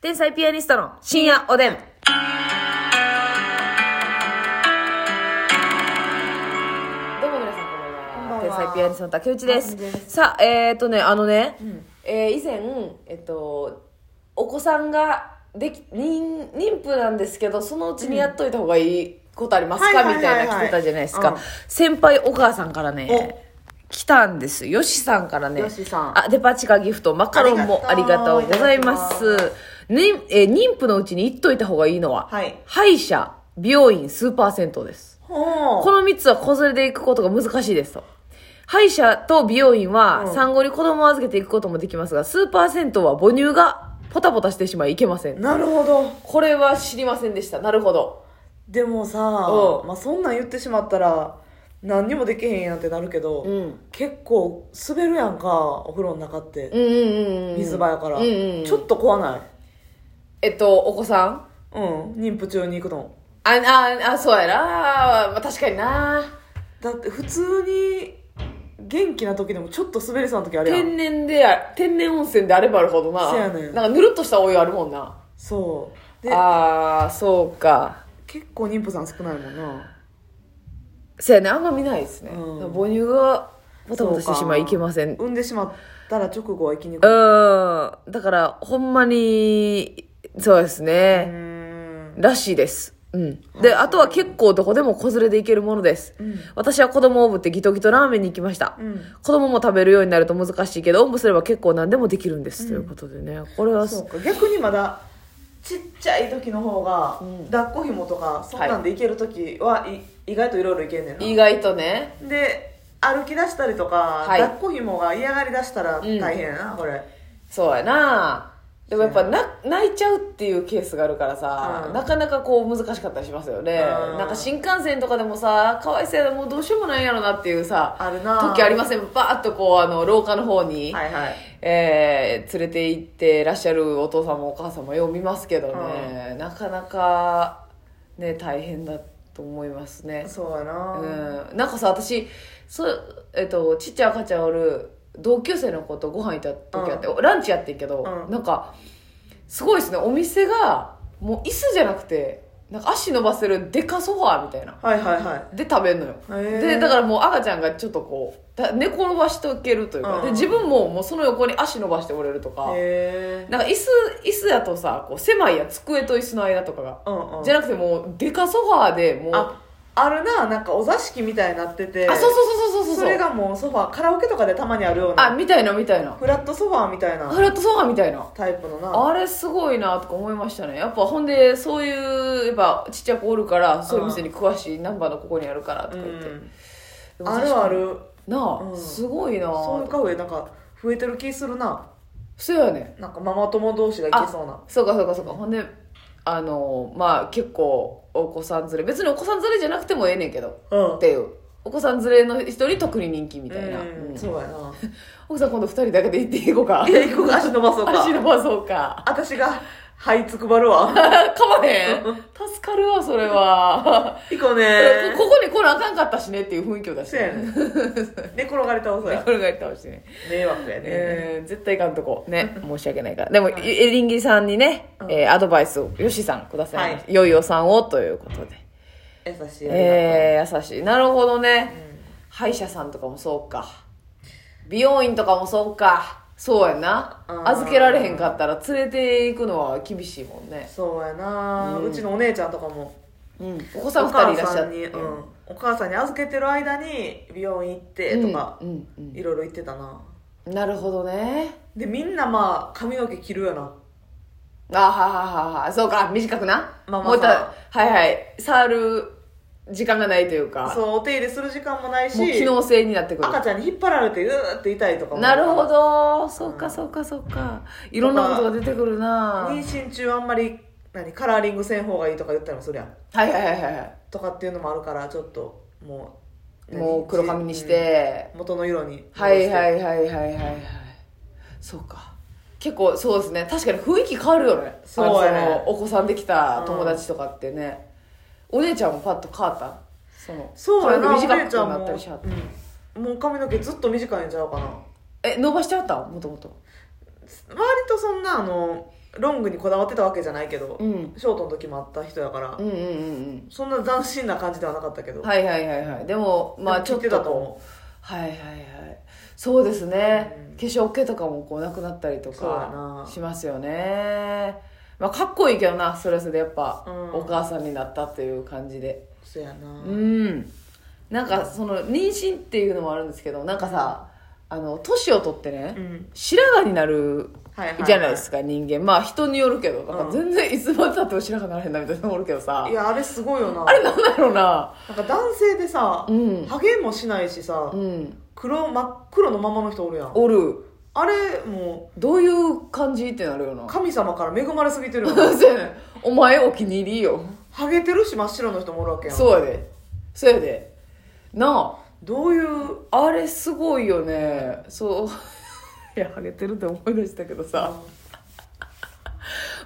天才ピアニストの深夜おでん。どうも皆さん、こんばんは。こんばんは天才ピアニストの竹内です。竹内ですさあ、えっ、ー、とね、あのね、んえー以前、えっと、お子さんができ妊妊婦なんですけど、そのうちにやっといた方がいいことありますか、はいはいはいはみいたいな来てたじゃないですか。うん先輩お母さんからね、来たんです。よしさんからね。よしさんあ、デパ地下ギフト、マカロンもあありりががととううございますいた。ねえー妊婦のうちに言っといた方がいいのは、はい歯医者、美容院、スーパー銭湯です。ほこの3つは子連れで行くことが難しいですと。歯医者と美容院はうん産後に子供を預けていくこともできますが、スーパー銭湯は母乳がポタポタしてしまいいけません。なるほどこれは知りませんでした。なるほど。でもさ、うんまあ、そんなん言ってしまったら何にもできへんやんってなるけど、うん結構滑るやんかお風呂の中って、うんうんうん。水場やから、うんうんうんちょっと怖ないえっと、お子さんうん妊婦中に行くのあ、あ、あ、そうやな。まあ確かにな。だって普通に元気な時でもちょっと滑りそうな時あるやん天然であ天然温泉であればあるほどなせやねんなんかぬるっとしたお湯あるもんなそうでああそうか結構妊婦さん少ないもんなせやねんあんま見ないですね、うん母乳がボタボタしてしまいいそうかけませんう産んでしまったら直後は行きにくいんだからほんまにそうですうね、ーんらしいですうん、であとは結構どこでも子連れで行けるものです、うん私は子供をおぶってギトギトラーメンに行きました、うん子供も食べるようになると難しいけどおんぶすれば結構何でもできるんです、ということでねこれはそうか逆にまだちっちゃい時の方が、うん抱っこ紐とかそんなんでいける時は、い、意外といろいろいけんねん意な外とねで歩き出したりとか、い抱っこ紐が嫌がり出したらん大変やな、これそうやなでもやっぱな泣いちゃうっていうケースがあるからさ、うんなかなかこう難しかったりしますよね、うんなんか新幹線とかでもさかわいそうやなもうどうしようもないやろなっていうさあるな時ありませんバーッとこうあの廊下の方に、はいはいえー連れて行ってらっしゃるお父さんもお母さんもよう見ますけどね、なかなかね大変だと思いますねそうやな、うん、なんかさ私そう、えっと、ちっちゃい赤ちゃんおる同級生の子とご飯行った時あって、ランチやってんけど、うんなんかすごいですねお店がもう椅子じゃなくてなんか足伸ばせるデカソファーみたいなはいはいはいで食べんのよへーでだからもう赤ちゃんがちょっとこうだ寝転ばしておけるというか、うんで自分ももうその横に足伸ばしておれるとか、へえなんか椅子椅子やとさこう狭いやん机と椅子の間とかが、うんうんじゃなくてもうデカソファーでもうああるななんかお座敷みたいになっててあそうそうそうそうそうそうそれがもうソファーカラオケとかでたまにあるようあなみたいなみたいなフラットソファーみたいなフラットソファーみたいなタイプのなあれすごいなとか思いましたねやっぱほんでそういうやっぱちっちゃい子おるからそういう店に詳しいナンバーのここにあるからとかう言って、んでもあ確るかにあるなあ、うんすごいなそういうカフェなんか増えてる気するなそうやねなんかママ友同士が行けそうなそうかそうかそうかほんであのまあ結構お子さん連れ別にお子さん連れじゃなくてもええねんけどうっていうお子さん連れの人に特に人気みたいな、ん、うんそうやな奥さん今度2人だけで行っていこうかいや行こうか足伸 ばそうか 足伸ばそうか 私がはいつくばるわかまへん助かるわそれは 行こうねここに来なあかんかったしねっていう雰囲気を出しそうやてね寝転がり倒そうや これがやったほしいね、迷惑やね、 えー絶対いかんとこね申し訳ないからでも、エリンギさんにね、うんえーアドバイスをよしさんくださいました、はよいよさんをということで、優しいやり方えー優しいなるほどね、歯医者さんとかもそうか美容院とかもそうかそうやなうん預けられへんかったら連れていくのは厳しいもんね、そうやな、ううんちのお姉ちゃんとかもお子おさん2人いらっ母しゃさっんに、てうん、お母さんに預けてる間に美容院行ってとか、うんうんうんいろいろ言ってたななるほどねでみんなまあ髪の毛切るよなあははははそうか短くな、まあまあもうたさはいはい触る時間がないというかそうお手入れする時間もないしもう機能性になってくる赤ちゃんに引っ張られてうーって痛いとかもなるほどそうかそうかそうかいろんなことが出てくるな妊娠中あんまり何カラーリングせん方がいいとか言ったりもするやんはいはいはいはとかっていうのもあるからちょっともうい何もう黒髪にしうんて、元の色に戻してはいはいはいはいはいはいそうか結構そうですね確かに雰囲気変わるよねそうやねあののお子さんできた友達とかってね、お姉ちゃんもパッと変わったそのそうやなお髪の毛短姉ちくゃんなもったりしはったうんもう髪の毛ずっと短いんちゃうかなえ伸ばしてあったもともと割とそんなあのロングにこだわってたわけじゃないけど、うんショートの時もあった人やから、うんうんうんそんな斬新な感じではなかったけど、うんはいはいはいはいでもまあでちょもっ聞いてたとと思こうはいはいはいそうですね、うん化粧気とかもこうなくなったりとそうやなかしますよねまあかっこいいけどなそれはそれでやっぱ、うんお母さんになったっていう感じでそうやな、うんなんかその妊娠っていうのもあるんですけどなんかさあの年を取ってね、うん白髪になるはいはじゃないですかか、人間まあ人によるけどなんうんか全然いつまでたっても白髪ならへんなみたいなのおるけどさいやあれすごいよなあれなんだろうななんか男性でさ、うんハゲもしないしさ、うん黒真っ黒のままの人おるやんおるあれもどういう感じってなるような 神様から恵まれすぎてるよなそうやねんお前お気に入りよハゲてるし真っ白の人もおるわけやんそうやでそうやでなどういうああれすごいよねそう いやハゲてるって思い出したけどさ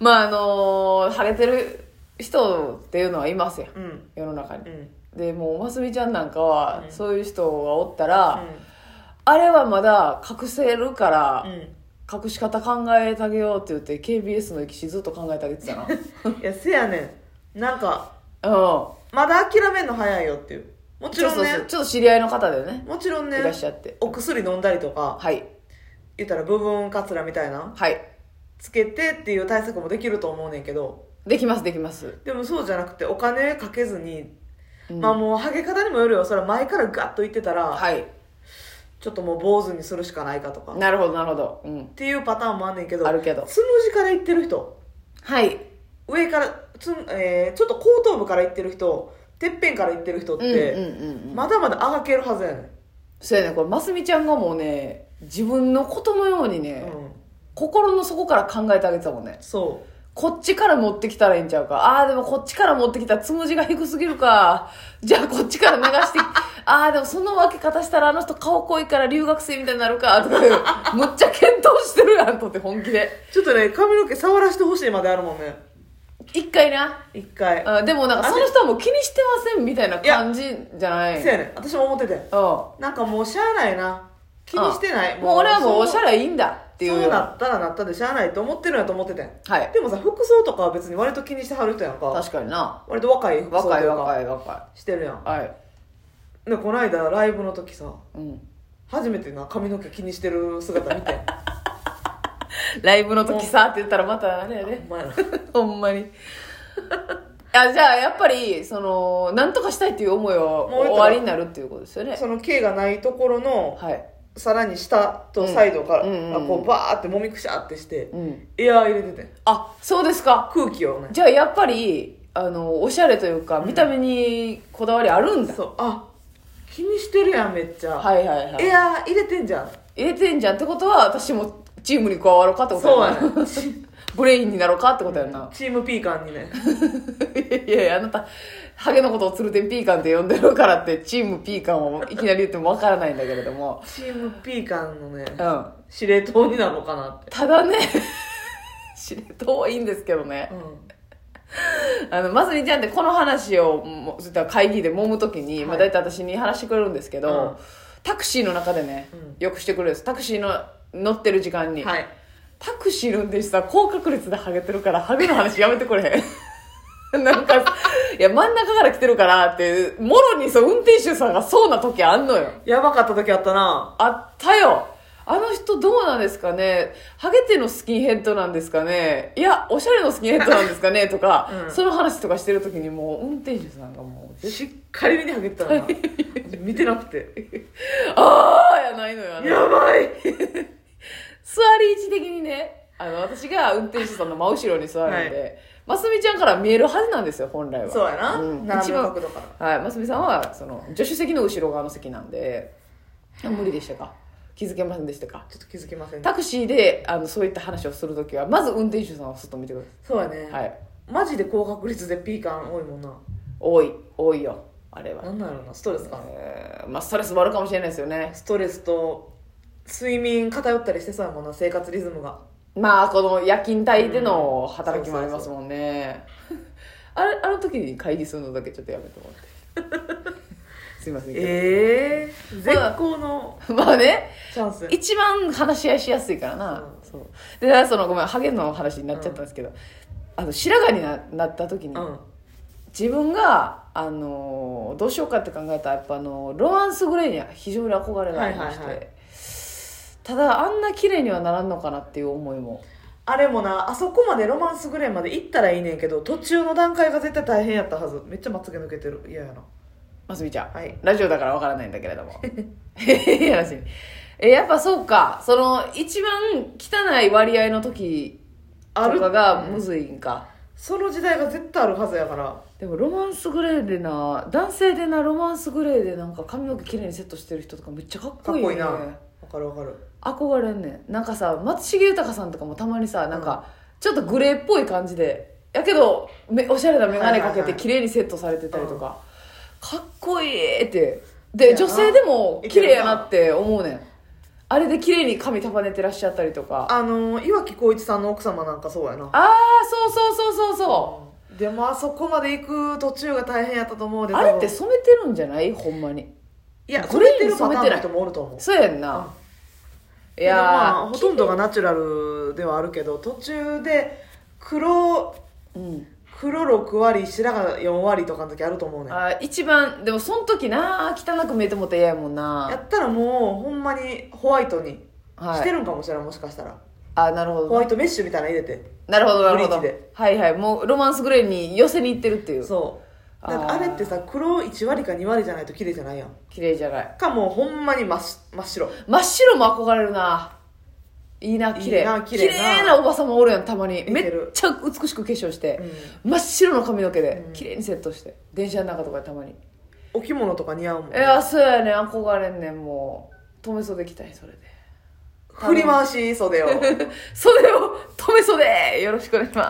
まああのー、ハゲてる人っていうのはいますようん世の中にうんうんでもうますみちゃんなんかは、うんそういう人がおったら、あれはまだ隠せるから、隠し方考えてあげようって言って KBS の歴史ずっと考えてあげてた なうんいやせやねんなんかうんまだ諦めんの早いよっていうもちろんそねうそうそうちょっと知り合いの方でねもちろんねいらっしゃってお薬飲んだりとかはい言ったら部分カツラみたいなはいつけてっていう対策もできると思うねんけどできますできます、でもそうじゃなくてお金かけずに、うんまあもうハゲ方にもよるよそれは前からガッといってたら、はいちょっともう坊主にするしかないかとかっなるほどなるほどうんていうパターンもあんねんけどあるけどつむじからいってる人はい上からつん、えーちょっと後頭部からいってる人てっぺんからいってる人っうんうんて、うん、うん、まだまだあがけるはずやねん、そうやねこれますみちゃんがもうね自分のことのようにね、うん、心の底から考えてあげてたもんねそこっちから持ってきたらいいんちゃうか。ああー、でもこっちから持ってきたらつむじが低すぎるか。じゃあこっちから流して、 ああ、でもその分け方したらあの人顔濃いから留学生みたいになるか。とか いう、むっちゃ検討してるやんとって本気でう。ちょっとね髪の毛触らせてほしいまであるもんね一回な。一回あでもなんかその人はもう気にしてませんみたいな感じじゃない。せやねん私も思っててうん。もなんかもうしゃあないな気にしてない、う俺はもうおしゃれっれはいいんだっていうよそううなな。ったらなったでしゃあないと思ってるんやと思っててんはい。でもさ服装とかは別に割と気にしてはる人やんか確かにな。割と若い服装と若いいうか若い若してるやんい。はい。でこの間ライブの時さうん。初めてな髪の毛気にしてる 姿見てライブの時さって言ったらまたあれやね。お前ら ほんまに。あじゃあやっぱりそのなんとかしたいっていう思いはもう言ったら終わりになるっていうことですよねその毛がないところのはい、さらに下とサイドから、うんうんうんうんこうバーってもみくしゃってしてうん、エアー入れててんあそうですか空気をねじゃあやっぱりあのおしゃれというか見た目にこだわりあるんだ、そうあ気にしてるやんめっちゃ、はいはいはいエアー入れてんじゃん入れてんじゃんってことは私もチームに加わろうかってことそうややなねんブレインになろうかってことやな、 チームピーカンにねいやいやあなたハゲのことをつるてんピーカンって呼んでるからってチームピーカンをいきなり言ってもわからないんだけれどもチームピーカンのねうん司令塔になろうかなってただね 司令塔はいいんですけどねうあのまずみちゃんってこの話をもうそういった会議で揉む時に、まあ、はい大体私に話してくれるんですけど、うんタタクシーの中でね、うよくしてくれるんですタクシーの乗ってる時間に、んはいタクシーの運転手さ高確率でハゲてるからハゲの話やめてくれへん なんかいや真ん中から来てるからってもろにそう運転手さんがそうな時あんのよやばかった時あったなあったよあの人どうなんですかねハゲてのスキンヘッドなんですかねいや、おしゃれのスキンヘッドなんですか ねとか、うんその話とかしてる時にもう運転手さんがもう、しっかり目にはげてた な見てなくてあーやないのよ。あのやばい 座り位置的にね、あの、私が運転手さんの真後ろに座るんはで、ますみちゃんから見えるはずなんですよ、本来は。そうやな、うん斜一め番角度からはい、ますみさんは、その、助手席の後ろ側の席なんで、あ無理でしたか気づけませんでしたかちょっと気づきませんねタクシーであのそういった話をするときはまず運転手さんをすっと見てくだそうやね、さい、はい、マジで高確率でピーカン多いもんな多い多いよあれなは、んなんやろなストレスかなえーまあストレスもあるかもしれないですよねストレスと睡眠偏ったりしてそうやもんな生活リズムがまあこの夜勤帯での働きもありますもんね、あれあの時に会議するのだけちょっとやめてもらって すいませんけど、ええまあ絶好のまあねチャンス一番話し合いしやすいからな、うんそうでそのごめんハゲの話になっちゃったんですけど、あの白髪にななった時に、うん自分があのどうしようかって考えたらやっぱあのロマンス・グレーには非常に憧れがありまして、はいはいはいただあんな綺麗にはならんのかなっていう思いもあれもなあそこまでロマンスグレーまで行ったらいいねんけど途中の段階が絶対大変やったはずめっちゃまつげ抜けてる嫌やなますみちゃん、はいラジオだからわからないんだけれど もいやらしいえやっぱそうかその一番汚い割合の時とあるかがむずいんか、その時代が絶対あるはずやからでもロマンスグレーでな男性でなロマンスグレーでなんか髪の毛綺麗にセットしてる人とかめっちゃかっかこいっい,、ね、こいいなわかるわかる憧れんねんなんかさ松重豊さんとかもたまにさなんかちょっとグレーっぽい感じでやけどめおしゃれな眼鏡かはいけはいてはい綺麗にセットされてたりとか、かっこいいっていでやな女性でもい綺けるな麗やなって思うねんあれで綺麗に髪束ねてらっしゃったりとかああの岩城浩一さんの奥様なんかそうやあなーそうそうそうそうそでもあそこまで行く途中が大変やったと思うでうあれって多分染めてるんじゃないほんまにいやグ染レめーてにるパ染タめーてなンのい人もおると思うそうやんな、いいややー、まあほとんどがナチュラルではあるけど途中で黒うん黒6割白髪4割とかの時あると思うねんあー一番でもその時な汚く見えてもって嫌やもんやな、ったらもうほんまにホワイトにはい、してるんかもしれん、もしかしたらあなるほどホワイトメッシュみたいなの入れてなるほどなるほどブリーチではいはいもうロマンスグレーに寄せに行ってるっていうそうあーだからあれってさ黒1割か2割じゃないと綺麗じゃないやん綺麗じゃないかもうほんまに真っ真っ白真っ白も憧れるないいな綺麗いいな綺麗ななおばさんもおるやんたまにてるめっちゃ美しく化粧して、真っ白の髪の毛で綺麗にセットして電車の中とかでたまに、お着物とか似合うもんいやそうやねん憧れんねんもう留め袖着たいそれで振り回し袖を 袖を留め袖よろしくお願いします